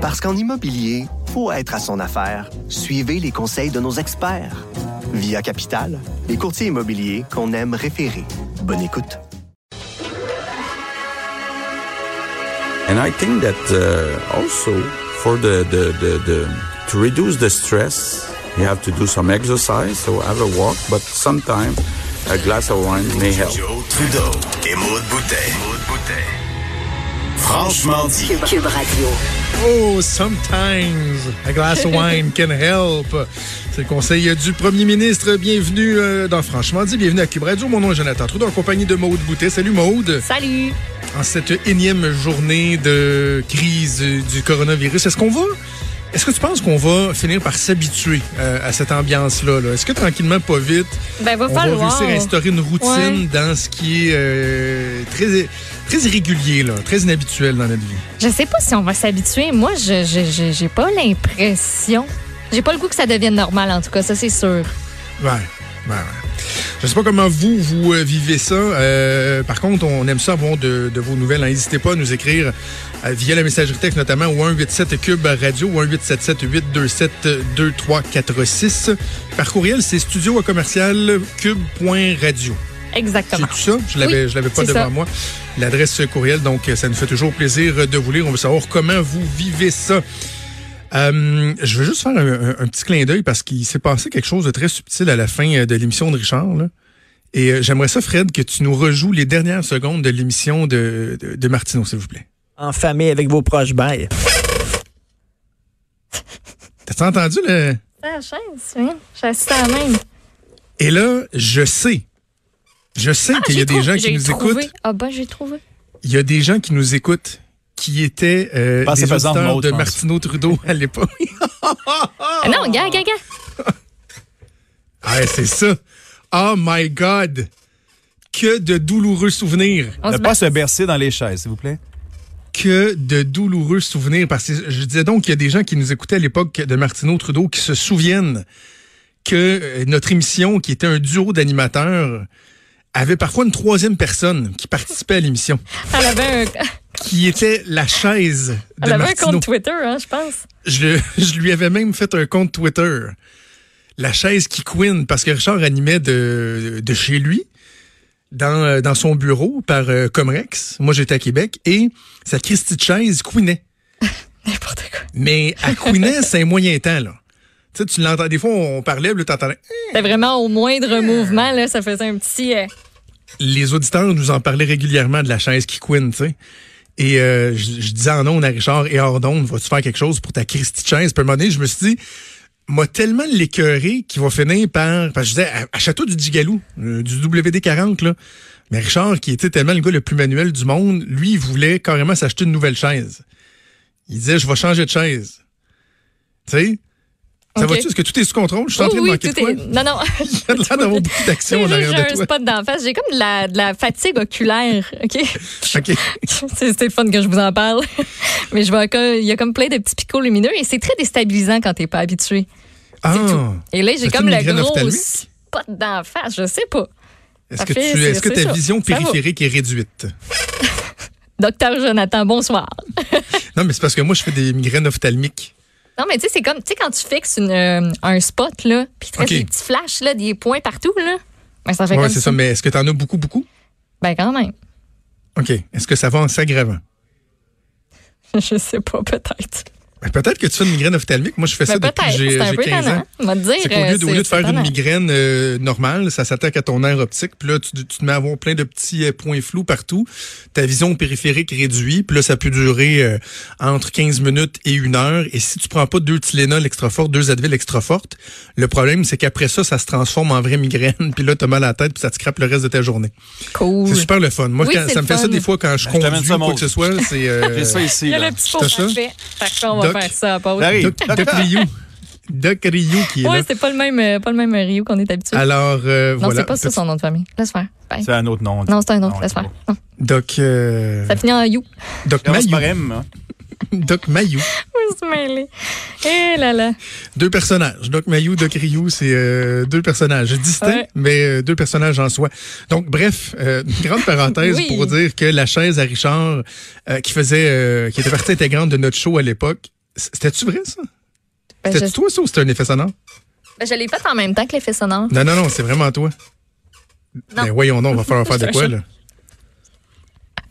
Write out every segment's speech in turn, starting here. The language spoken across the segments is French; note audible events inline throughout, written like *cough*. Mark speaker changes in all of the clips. Speaker 1: Parce qu'en immobilier, faut être à son affaire. Suivez les conseils de nos experts. Via Capital, les courtiers immobiliers qu'on aime référer. Bonne écoute.
Speaker 2: And I think that uh, also for the, the, the, the to reduce the stress, you have to do some exercise, so have a walk, but sometimes a glass of wine may help.
Speaker 3: Joe Trudeau et Maude Boutet. Franchement dit.
Speaker 4: Cube, Cube Radio.
Speaker 5: Oh, sometimes a glass of
Speaker 6: *laughs*
Speaker 5: wine can help. C'est le conseil du premier ministre. Bienvenue euh, dans Franchement dit, bienvenue à Cube Radio. Mon nom est Jonathan Trudeau en compagnie de Maude Boutet. Salut Maude.
Speaker 6: Salut.
Speaker 5: En cette énième journée de crise euh, du coronavirus, est-ce qu'on va est-ce que tu penses qu'on va finir par s'habituer euh, à cette ambiance-là? là? Est-ce que tranquillement, pas vite,
Speaker 6: Ben, va
Speaker 5: on va
Speaker 6: falloir.
Speaker 5: réussir à instaurer une routine
Speaker 6: Ouais.
Speaker 5: dans ce qui est euh, très, très irrégulier, là, très inhabituel dans notre vie?
Speaker 6: Je sais pas si on va s'habituer. Moi, je je- je- j'ai pas l'impression. J'ai pas le goût que ça devienne normal, en tout cas, ça c'est sûr.
Speaker 5: Ouais, ouais, ouais. Je sais pas comment vous, vous euh, vivez ça. Euh, par contre, on aime ça avoir de, de vos nouvelles. hein. N'hésitez pas à nous écrire euh, via la messagerie texte, notamment au 187-CUBE Radio ou 1-877-827-2346. Par courriel, c'est studio à commercial cube.radio. C'est
Speaker 6: Exactement.
Speaker 5: tout ça. Je l'avais,
Speaker 6: Oui,
Speaker 5: je l'avais pas
Speaker 6: c'est
Speaker 5: devant
Speaker 6: ça.
Speaker 5: moi. L'adresse courriel, donc euh, ça nous fait toujours plaisir euh, de vous lire. On veut savoir comment vous vivez ça. Euh, je veux juste faire un, un- un petit clin d'œil parce qu'il s'est passé quelque chose de très subtil à la fin euh, de l'émission de Richard. là. Et euh, j'aimerais ça, Fred, que tu nous rejoues les dernières secondes de l'émission de, de, de Martineau, s'il vous plaît.
Speaker 7: en famille avec vos proches bye.
Speaker 5: T'as entendu le...
Speaker 6: Ah, la chaise, oui. Je suis assise à la même.
Speaker 5: Et là, je sais. Je sais
Speaker 6: Ah,
Speaker 5: qu'il y
Speaker 6: j'ai
Speaker 5: a des
Speaker 6: trouvé-
Speaker 5: gens qui
Speaker 6: j'ai
Speaker 5: nous
Speaker 6: trouvé.
Speaker 5: écoutent.
Speaker 6: Ah ben, j'ai trouvé.
Speaker 5: Il y a des gens qui nous écoutent qui étaient euh,
Speaker 8: Pensez
Speaker 5: des
Speaker 8: pesant de
Speaker 5: auditeurs
Speaker 8: Maud,
Speaker 5: de
Speaker 8: je pense.
Speaker 5: Martineau Trudeau à l'époque.
Speaker 6: Ah non, gars, gars, gars.
Speaker 5: Ah, c'est ça. Oh my God. Que de douloureux souvenirs.
Speaker 6: On
Speaker 8: Ne
Speaker 6: se
Speaker 8: pas
Speaker 6: bat.
Speaker 8: se bercer dans les chaises, s'il vous plaît.
Speaker 5: Que de douloureux souvenirs. Parce que je disais donc qu'il y a des gens qui nous écoutaient à l'époque de Martineau Trudeau qui se souviennent que euh, notre émission, qui était un duo d'animateurs, avait parfois une troisième personne qui participait à l'émission,
Speaker 6: Elle avait un,
Speaker 5: qui était la chaise de
Speaker 6: elle avait un
Speaker 5: Martineau.
Speaker 6: compte Twitter, hein, je pense.
Speaker 5: Je, *laughs* je lui avais même fait un compte Twitter. La chaise qui couine, parce que Richard animait de, de chez lui, dans, euh, dans son bureau, par euh, Comrex. Moi, j'étais à Québec, et sa Christie de chaise couinait.
Speaker 6: N'importe quoi.
Speaker 5: Mais à couinait, c'est un moyen temps, là. Tu sais, tu l'entends, des fois, on parlait, puis là, t'entendais.
Speaker 6: C'était vraiment au moindre mouvement, là, ça faisait un petit. euh,
Speaker 5: les auditeurs nous en parlaient régulièrement de la chaise qui couine, tu sais. Et euh, je, je disais en ondes à Richard et hors d'onde, vas-tu faire quelque chose pour ta Christie de chaise? Puis à un moment donné, je me suis dit, m'a tellement l'écœuré qu'il va finir par... Parce que je disais, à, à Château du Digalou, euh, du WD-40, là. Mais Richard, qui était tellement le gars le plus manuel du monde, lui, il voulait carrément s'acheter une nouvelle chaise. Il disait, je vais changer de chaise. Tu sais? Ça
Speaker 6: Ok.
Speaker 5: va-tu? Est-ce que tout est sous contrôle? Je suis en
Speaker 6: oh
Speaker 5: train de
Speaker 6: oui,
Speaker 5: manquer de
Speaker 6: tout
Speaker 5: quoi? *laughs*
Speaker 6: *laughs* est. Non, non.
Speaker 5: T'as l'air d'avoir beaucoup
Speaker 6: C'est
Speaker 5: d'action en
Speaker 6: juste, *laughs* j'ai
Speaker 5: arrière
Speaker 6: un
Speaker 5: de toi.
Speaker 6: spot d'en face. J'ai comme de la, de la fatigue oculaire,
Speaker 5: *laughs*
Speaker 6: OK?
Speaker 5: OK.
Speaker 6: *laughs* c'est c'est le fun que je vous en parle. *laughs* Mais je vois que- il y a comme plein de petits picots lumineux et c'est très déstabilisant quand t'es pas habitué.
Speaker 5: Ah!
Speaker 6: Et là, j'ai
Speaker 5: C'est
Speaker 6: comme
Speaker 5: une
Speaker 6: la
Speaker 5: migraine
Speaker 6: grosse
Speaker 5: ophtalmique?
Speaker 6: spot d'en face, je sais pas.
Speaker 5: Est-ce que, tu,
Speaker 6: Parfait,
Speaker 5: est-ce que
Speaker 6: c'est-
Speaker 5: ta
Speaker 6: c'est ça.
Speaker 5: vision
Speaker 6: Ça va.
Speaker 5: périphérique est réduite?
Speaker 6: Docteur Jonathan, bonsoir.
Speaker 5: Non, mais c'est parce que moi, je fais des migraines ophtalmiques.
Speaker 6: Non, mais tu sais, c'est comme, tu sais, quand tu fixes une, euh, un spot, là, puis tu restes
Speaker 5: Ok.
Speaker 6: des petits flashs, là, des points partout, là, ben, ça fait
Speaker 5: Oui,
Speaker 6: comme
Speaker 5: c'est ça. Mais est-ce que tu en as beaucoup, beaucoup?
Speaker 6: Ben, quand même. *laughs*
Speaker 5: OK. Est-ce que ça va en s'aggravant?
Speaker 6: Je sais pas, peut-être.
Speaker 5: Ben, peut-être que tu fais une migraine ophtalmique. Moi, je fais ça
Speaker 6: Ben,
Speaker 5: depuis que
Speaker 6: peut-être.
Speaker 5: j'ai
Speaker 6: C'est un
Speaker 5: j'ai
Speaker 6: peu
Speaker 5: 15
Speaker 6: étonnant.
Speaker 5: ans.
Speaker 6: On va te dire.
Speaker 5: C'est qu'au
Speaker 6: euh,
Speaker 5: lieu, de- au lieu de faire
Speaker 6: étonnant.
Speaker 5: une migraine euh, normale, ça s'attaque à ton nerf optique. Puis là, tu, tu te mets à avoir plein de petits euh, points flous partout. Ta vision périphérique réduit. Puis là, ça peut durer euh, entre 15 minutes et une heure. Et si tu prends pas deux Tylenol extra fortes, deux Advil extra fortes, le problème, c'est qu'après ça, ça se transforme en vraie migraine. *laughs* Puis là, t'as mal à la tête, puis ça te crappe le reste de ta journée.
Speaker 6: Cool.
Speaker 5: C'est super le fun. Moi,
Speaker 6: Oui,
Speaker 5: quand-
Speaker 6: c'est
Speaker 5: ça
Speaker 6: le
Speaker 5: me fait ça
Speaker 6: fun.
Speaker 5: des fois quand je
Speaker 8: Ben, Je t'amène
Speaker 5: conduis
Speaker 8: ça,
Speaker 5: ou quoi
Speaker 8: Maude.
Speaker 5: que ce soit. C'est euh,
Speaker 8: J'ai ça ici.
Speaker 6: Il y a
Speaker 8: Là.
Speaker 6: le petit
Speaker 5: Je
Speaker 6: pot
Speaker 5: te ça.
Speaker 6: parfait. Fait qu'on va
Speaker 5: Doc.
Speaker 6: faire ça à Paul.
Speaker 8: J'arrive.
Speaker 5: Doc, Doc Ryu. Doc Ryu qui est
Speaker 6: Ouais,
Speaker 5: là.
Speaker 6: c'est pas le même, euh, pas le même Rio qu'on est habitué.
Speaker 5: Alors, euh,
Speaker 6: non,
Speaker 5: voilà. Ah,
Speaker 6: c'est pas ça
Speaker 5: Petit-
Speaker 6: son nom de famille. Laisse faire. Bye.
Speaker 8: C'est un autre nom.
Speaker 6: Non, c'est un autre.
Speaker 8: Non,
Speaker 6: Laisse
Speaker 8: c'est
Speaker 6: faire.
Speaker 8: pas.
Speaker 6: Non.
Speaker 5: Doc, euh,
Speaker 6: Ça finit en You. *laughs*
Speaker 5: Doc
Speaker 8: Commence par
Speaker 5: Mayou.
Speaker 8: M. hein.
Speaker 5: *laughs* Doc Mayou.
Speaker 6: Je suis mêlée. Eh là là.
Speaker 5: Deux personnages. Doc Mayou, Doc Ryu, c'est euh, deux personnages distincts,
Speaker 6: Ouais.
Speaker 5: mais euh, deux personnages en soi. Donc, bref, euh, une grande parenthèse
Speaker 6: *laughs* Oui.
Speaker 5: pour dire que la chaise à Richard, euh, qui faisait, euh, qui était partie intégrante de notre show à l'époque, C'était-tu vrai, ça?
Speaker 6: Ben, je
Speaker 5: C'était-tu toi, ça, ou c'était un effet sonore?
Speaker 6: ben, je l'ai fait en même temps que
Speaker 5: *laughs*
Speaker 6: l'effet sonore.
Speaker 5: Non, non, non, c'est vraiment toi.
Speaker 6: Non.
Speaker 5: Ben voyons donc, on va falloir
Speaker 6: *laughs*
Speaker 5: faire de
Speaker 6: C'est un
Speaker 5: quoi,
Speaker 6: chat.
Speaker 5: là?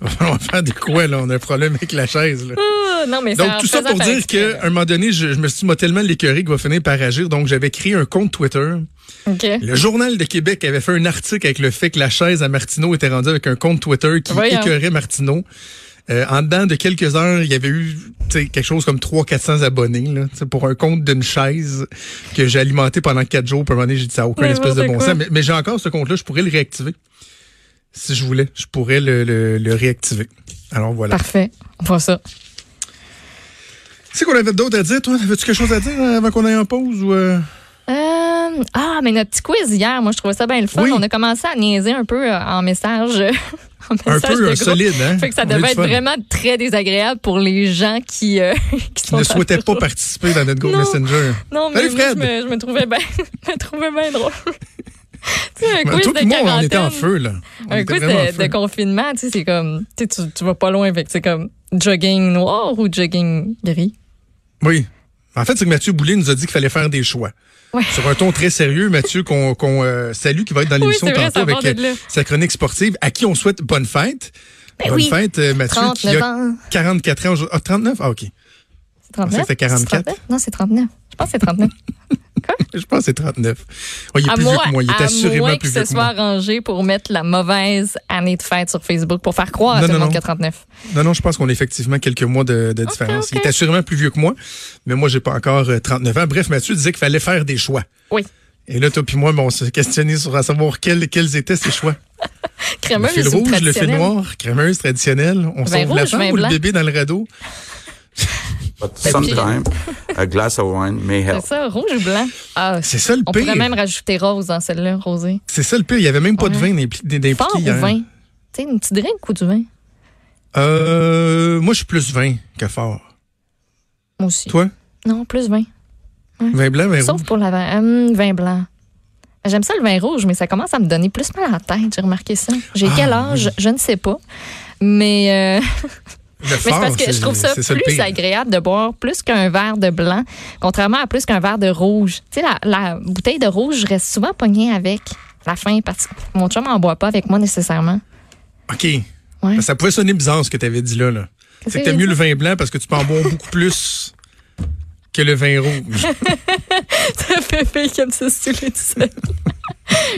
Speaker 5: On va falloir faire de quoi, là? On a un problème avec la chaise, là.
Speaker 6: Ah, non, mais c'est
Speaker 5: Donc,
Speaker 6: en
Speaker 5: tout ça
Speaker 6: faisant
Speaker 5: pour
Speaker 6: par
Speaker 5: dire
Speaker 6: exprès,
Speaker 5: qu'à un moment donné, je, je me suis dit, m'a tellement l'écœuré qu'il va finir par agir. Donc, j'avais créé un compte Twitter.
Speaker 6: là. OK.
Speaker 5: Le Journal de Québec avait fait un article avec le fait que la chaise à Martineau était rendue avec un compte Twitter qui
Speaker 6: Voyons.
Speaker 5: écœurait Martineau. Euh, en dedans de quelques heures, il y avait eu tu sais, quelque chose comme 300-400 abonnés là, tu sais, pour un compte d'une chaise que j'ai alimenté pendant quatre jours. Puis à un moment donné, j'ai dit ça n'a aucune
Speaker 6: N'importe
Speaker 5: espèce de bon
Speaker 6: quoi.
Speaker 5: sens. Mais, mais j'ai encore ce compte-là, je pourrais le réactiver. Si je voulais, je pourrais le, le- le réactiver. Alors voilà.
Speaker 6: Parfait. On voit ça.
Speaker 5: C'est qu'on avait d'autres à dire, toi? Avais-tu quelque chose à dire euh, avant qu'on aille en pause? Ou euh?
Speaker 6: Euh, ah, mais notre petit quiz hier, moi, je trouvais ça bien le fun.
Speaker 5: Oui.
Speaker 6: On a commencé à niaiser un peu euh, en message. *laughs* en
Speaker 5: Un
Speaker 6: message de
Speaker 5: peu euh,
Speaker 6: groupe.
Speaker 5: solide, hein?
Speaker 6: Fait que ça
Speaker 5: On a eu du
Speaker 6: devait être
Speaker 5: fun.
Speaker 6: vraiment très désagréable pour les gens qui, euh, *laughs* qui sont
Speaker 5: ne
Speaker 6: dans-
Speaker 5: souhaitait pas participer dans notre groupe
Speaker 6: Non.
Speaker 5: Messenger.
Speaker 6: Non, mais
Speaker 5: Salut,
Speaker 6: moi,
Speaker 5: Fred!
Speaker 6: je, me, je me trouvais bien *laughs* je me trouvais bien drôle. *laughs* tu sais, un
Speaker 5: Mais
Speaker 6: quiz
Speaker 5: toi
Speaker 6: de
Speaker 5: et moi, on était en
Speaker 6: quarantaine.
Speaker 5: feu, là. On
Speaker 6: un
Speaker 5: était
Speaker 6: quiz
Speaker 5: vraiment en
Speaker 6: de,
Speaker 5: feu.
Speaker 6: de confinement, tu sais, c'est comme, tu, sais, tu, tu vas pas loin avec, c'est comme jogging noir ou jogging gris.
Speaker 5: Oui. En fait, c'est que Mathieu Boulay nous a dit qu'il fallait faire des choix.
Speaker 6: Ouais.
Speaker 5: Sur un ton très sérieux, Mathieu, qu'on qu'on, euh, salue, qui va être dans l'émission
Speaker 6: c'est vrai, ça
Speaker 5: tantôt
Speaker 6: part
Speaker 5: avec
Speaker 6: de là.
Speaker 5: euh, sa chronique sportive, à qui on souhaite bonne fête.
Speaker 6: Ben
Speaker 5: bonne
Speaker 6: oui.
Speaker 5: fête, euh, Mathieu, qui
Speaker 6: 39
Speaker 5: a
Speaker 6: ans.
Speaker 5: 44 ans. aujourd'hui. Ah, 39? Ah, OK. *laughs*
Speaker 6: C'est
Speaker 5: pensais
Speaker 6: 39?
Speaker 5: que c'était 44.
Speaker 6: C'est 39? Non, c'est 39. Je pense que c'est 39.
Speaker 5: Je pense que c'est 39. Oh, il est
Speaker 6: à
Speaker 5: plus vieux que moi. Il est
Speaker 6: à moins
Speaker 5: assurément
Speaker 6: que
Speaker 5: plus
Speaker 6: ce
Speaker 5: vieux que
Speaker 6: soit
Speaker 5: moi.
Speaker 6: arrangé pour mettre la mauvaise année de fête sur Facebook pour faire croire
Speaker 5: Non,
Speaker 6: à tout
Speaker 5: non,
Speaker 6: le
Speaker 5: non.
Speaker 6: monde qu'il y a 39.
Speaker 5: Non, non, je pense qu'on a effectivement quelques mois de, de différence.
Speaker 6: ok.
Speaker 5: Il est assurément plus vieux que moi, mais moi, j'ai pas encore euh, 39 ans. Bref, Mathieu disait qu'il fallait faire des choix.
Speaker 6: Oui.
Speaker 5: Et là, toi puis moi, ben, on s'est questionné sur à savoir quels, quels étaient ces choix.
Speaker 6: Ah,
Speaker 5: Le
Speaker 6: Crémeuse
Speaker 5: fil
Speaker 6: ou
Speaker 5: rouge, le fil
Speaker 6: traditionnelle?
Speaker 5: noir, crémeuse traditionnelle, on
Speaker 6: Vin
Speaker 5: sauve la
Speaker 6: rouge,
Speaker 5: femme
Speaker 6: vin
Speaker 5: ou le
Speaker 6: blanc.
Speaker 5: bébé dans le radeau.
Speaker 2: But sometimes a glass of wine may help.
Speaker 6: C'est ça, rouge ou blanc? Ah,
Speaker 5: C'est ça le
Speaker 6: On
Speaker 5: pire.
Speaker 6: pourrait même rajouter rose dans celle-là, rosé.
Speaker 5: C'est ça le pire, il y avait même pas de vin d'impli- d'impliqué.
Speaker 6: Fort ou
Speaker 5: hier.
Speaker 6: vin? Tu sais, une petite drink ou du vin?
Speaker 5: Euh, moi, je suis plus vin que fort.
Speaker 6: Moi aussi.
Speaker 5: Toi,
Speaker 6: Non, plus vin.
Speaker 5: vin blanc, vin
Speaker 6: Hum. Sauf
Speaker 5: rouge.
Speaker 6: pour le vin, hum, vin blanc. J'aime ça le vin rouge, mais ça commence à me donner plus mal à la tête. J'ai remarqué ça. J'ai
Speaker 5: Ah,
Speaker 6: quel âge? Je ne sais pas. Mais, euh, *laughs*
Speaker 5: Le
Speaker 6: mais c'est
Speaker 5: fort,
Speaker 6: parce que je trouve ça
Speaker 5: c'est
Speaker 6: plus
Speaker 5: le pire.
Speaker 6: agréable de boire plus qu'un verre de blanc, contrairement à plus qu'un verre de rouge. Tu sais, la, la bouteille de rouge, je reste souvent pognée avec la fin parce que mon chum n'en boit pas avec moi nécessairement.
Speaker 5: OK.
Speaker 6: Ouais. *laughs*
Speaker 5: Ben, Ça pouvait sonner bizarre ce que tu avais dit là. là.
Speaker 6: Qu'est-ce
Speaker 5: C'est que
Speaker 6: que
Speaker 5: t'aimes
Speaker 6: j'ai
Speaker 5: mieux le vin blanc parce que tu peux en boire beaucoup plus que le vin
Speaker 6: *laughs*
Speaker 5: rouge.
Speaker 6: Pépé qui aime se saouler tout
Speaker 5: *laughs*
Speaker 6: seul.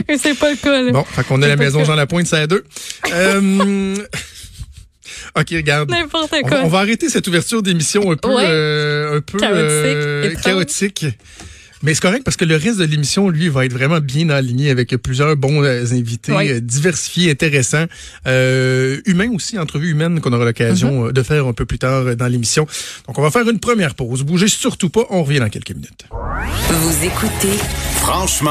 Speaker 6: Mais c'est pas le cas, là.
Speaker 5: Bon, fait qu'on a la
Speaker 6: pas
Speaker 5: maison
Speaker 6: ça.
Speaker 5: Jean Lapointe, c'est à deux. Euh, *laughs* OK, regarde.
Speaker 6: N'importe
Speaker 5: On,
Speaker 6: quoi.
Speaker 5: on va arrêter cette ouverture d'émission un peu,
Speaker 6: Ouais.
Speaker 5: euh, un peu
Speaker 6: Chaotique,
Speaker 5: euh,
Speaker 6: étrange.
Speaker 5: chaotique. Mais c'est correct parce que le reste de l'émission, lui, va être vraiment bien aligné avec plusieurs bons euh, invités,
Speaker 6: Ouais.
Speaker 5: euh, diversifiés, intéressants, euh, humains aussi, entrevues humaines qu'on aura l'occasion
Speaker 6: Mm-hmm.
Speaker 5: euh, de faire un peu plus tard euh, dans l'émission. Donc, on va faire une première pause. Bougez surtout pas, on revient dans quelques minutes.
Speaker 4: Vous écoutez
Speaker 3: Franchement.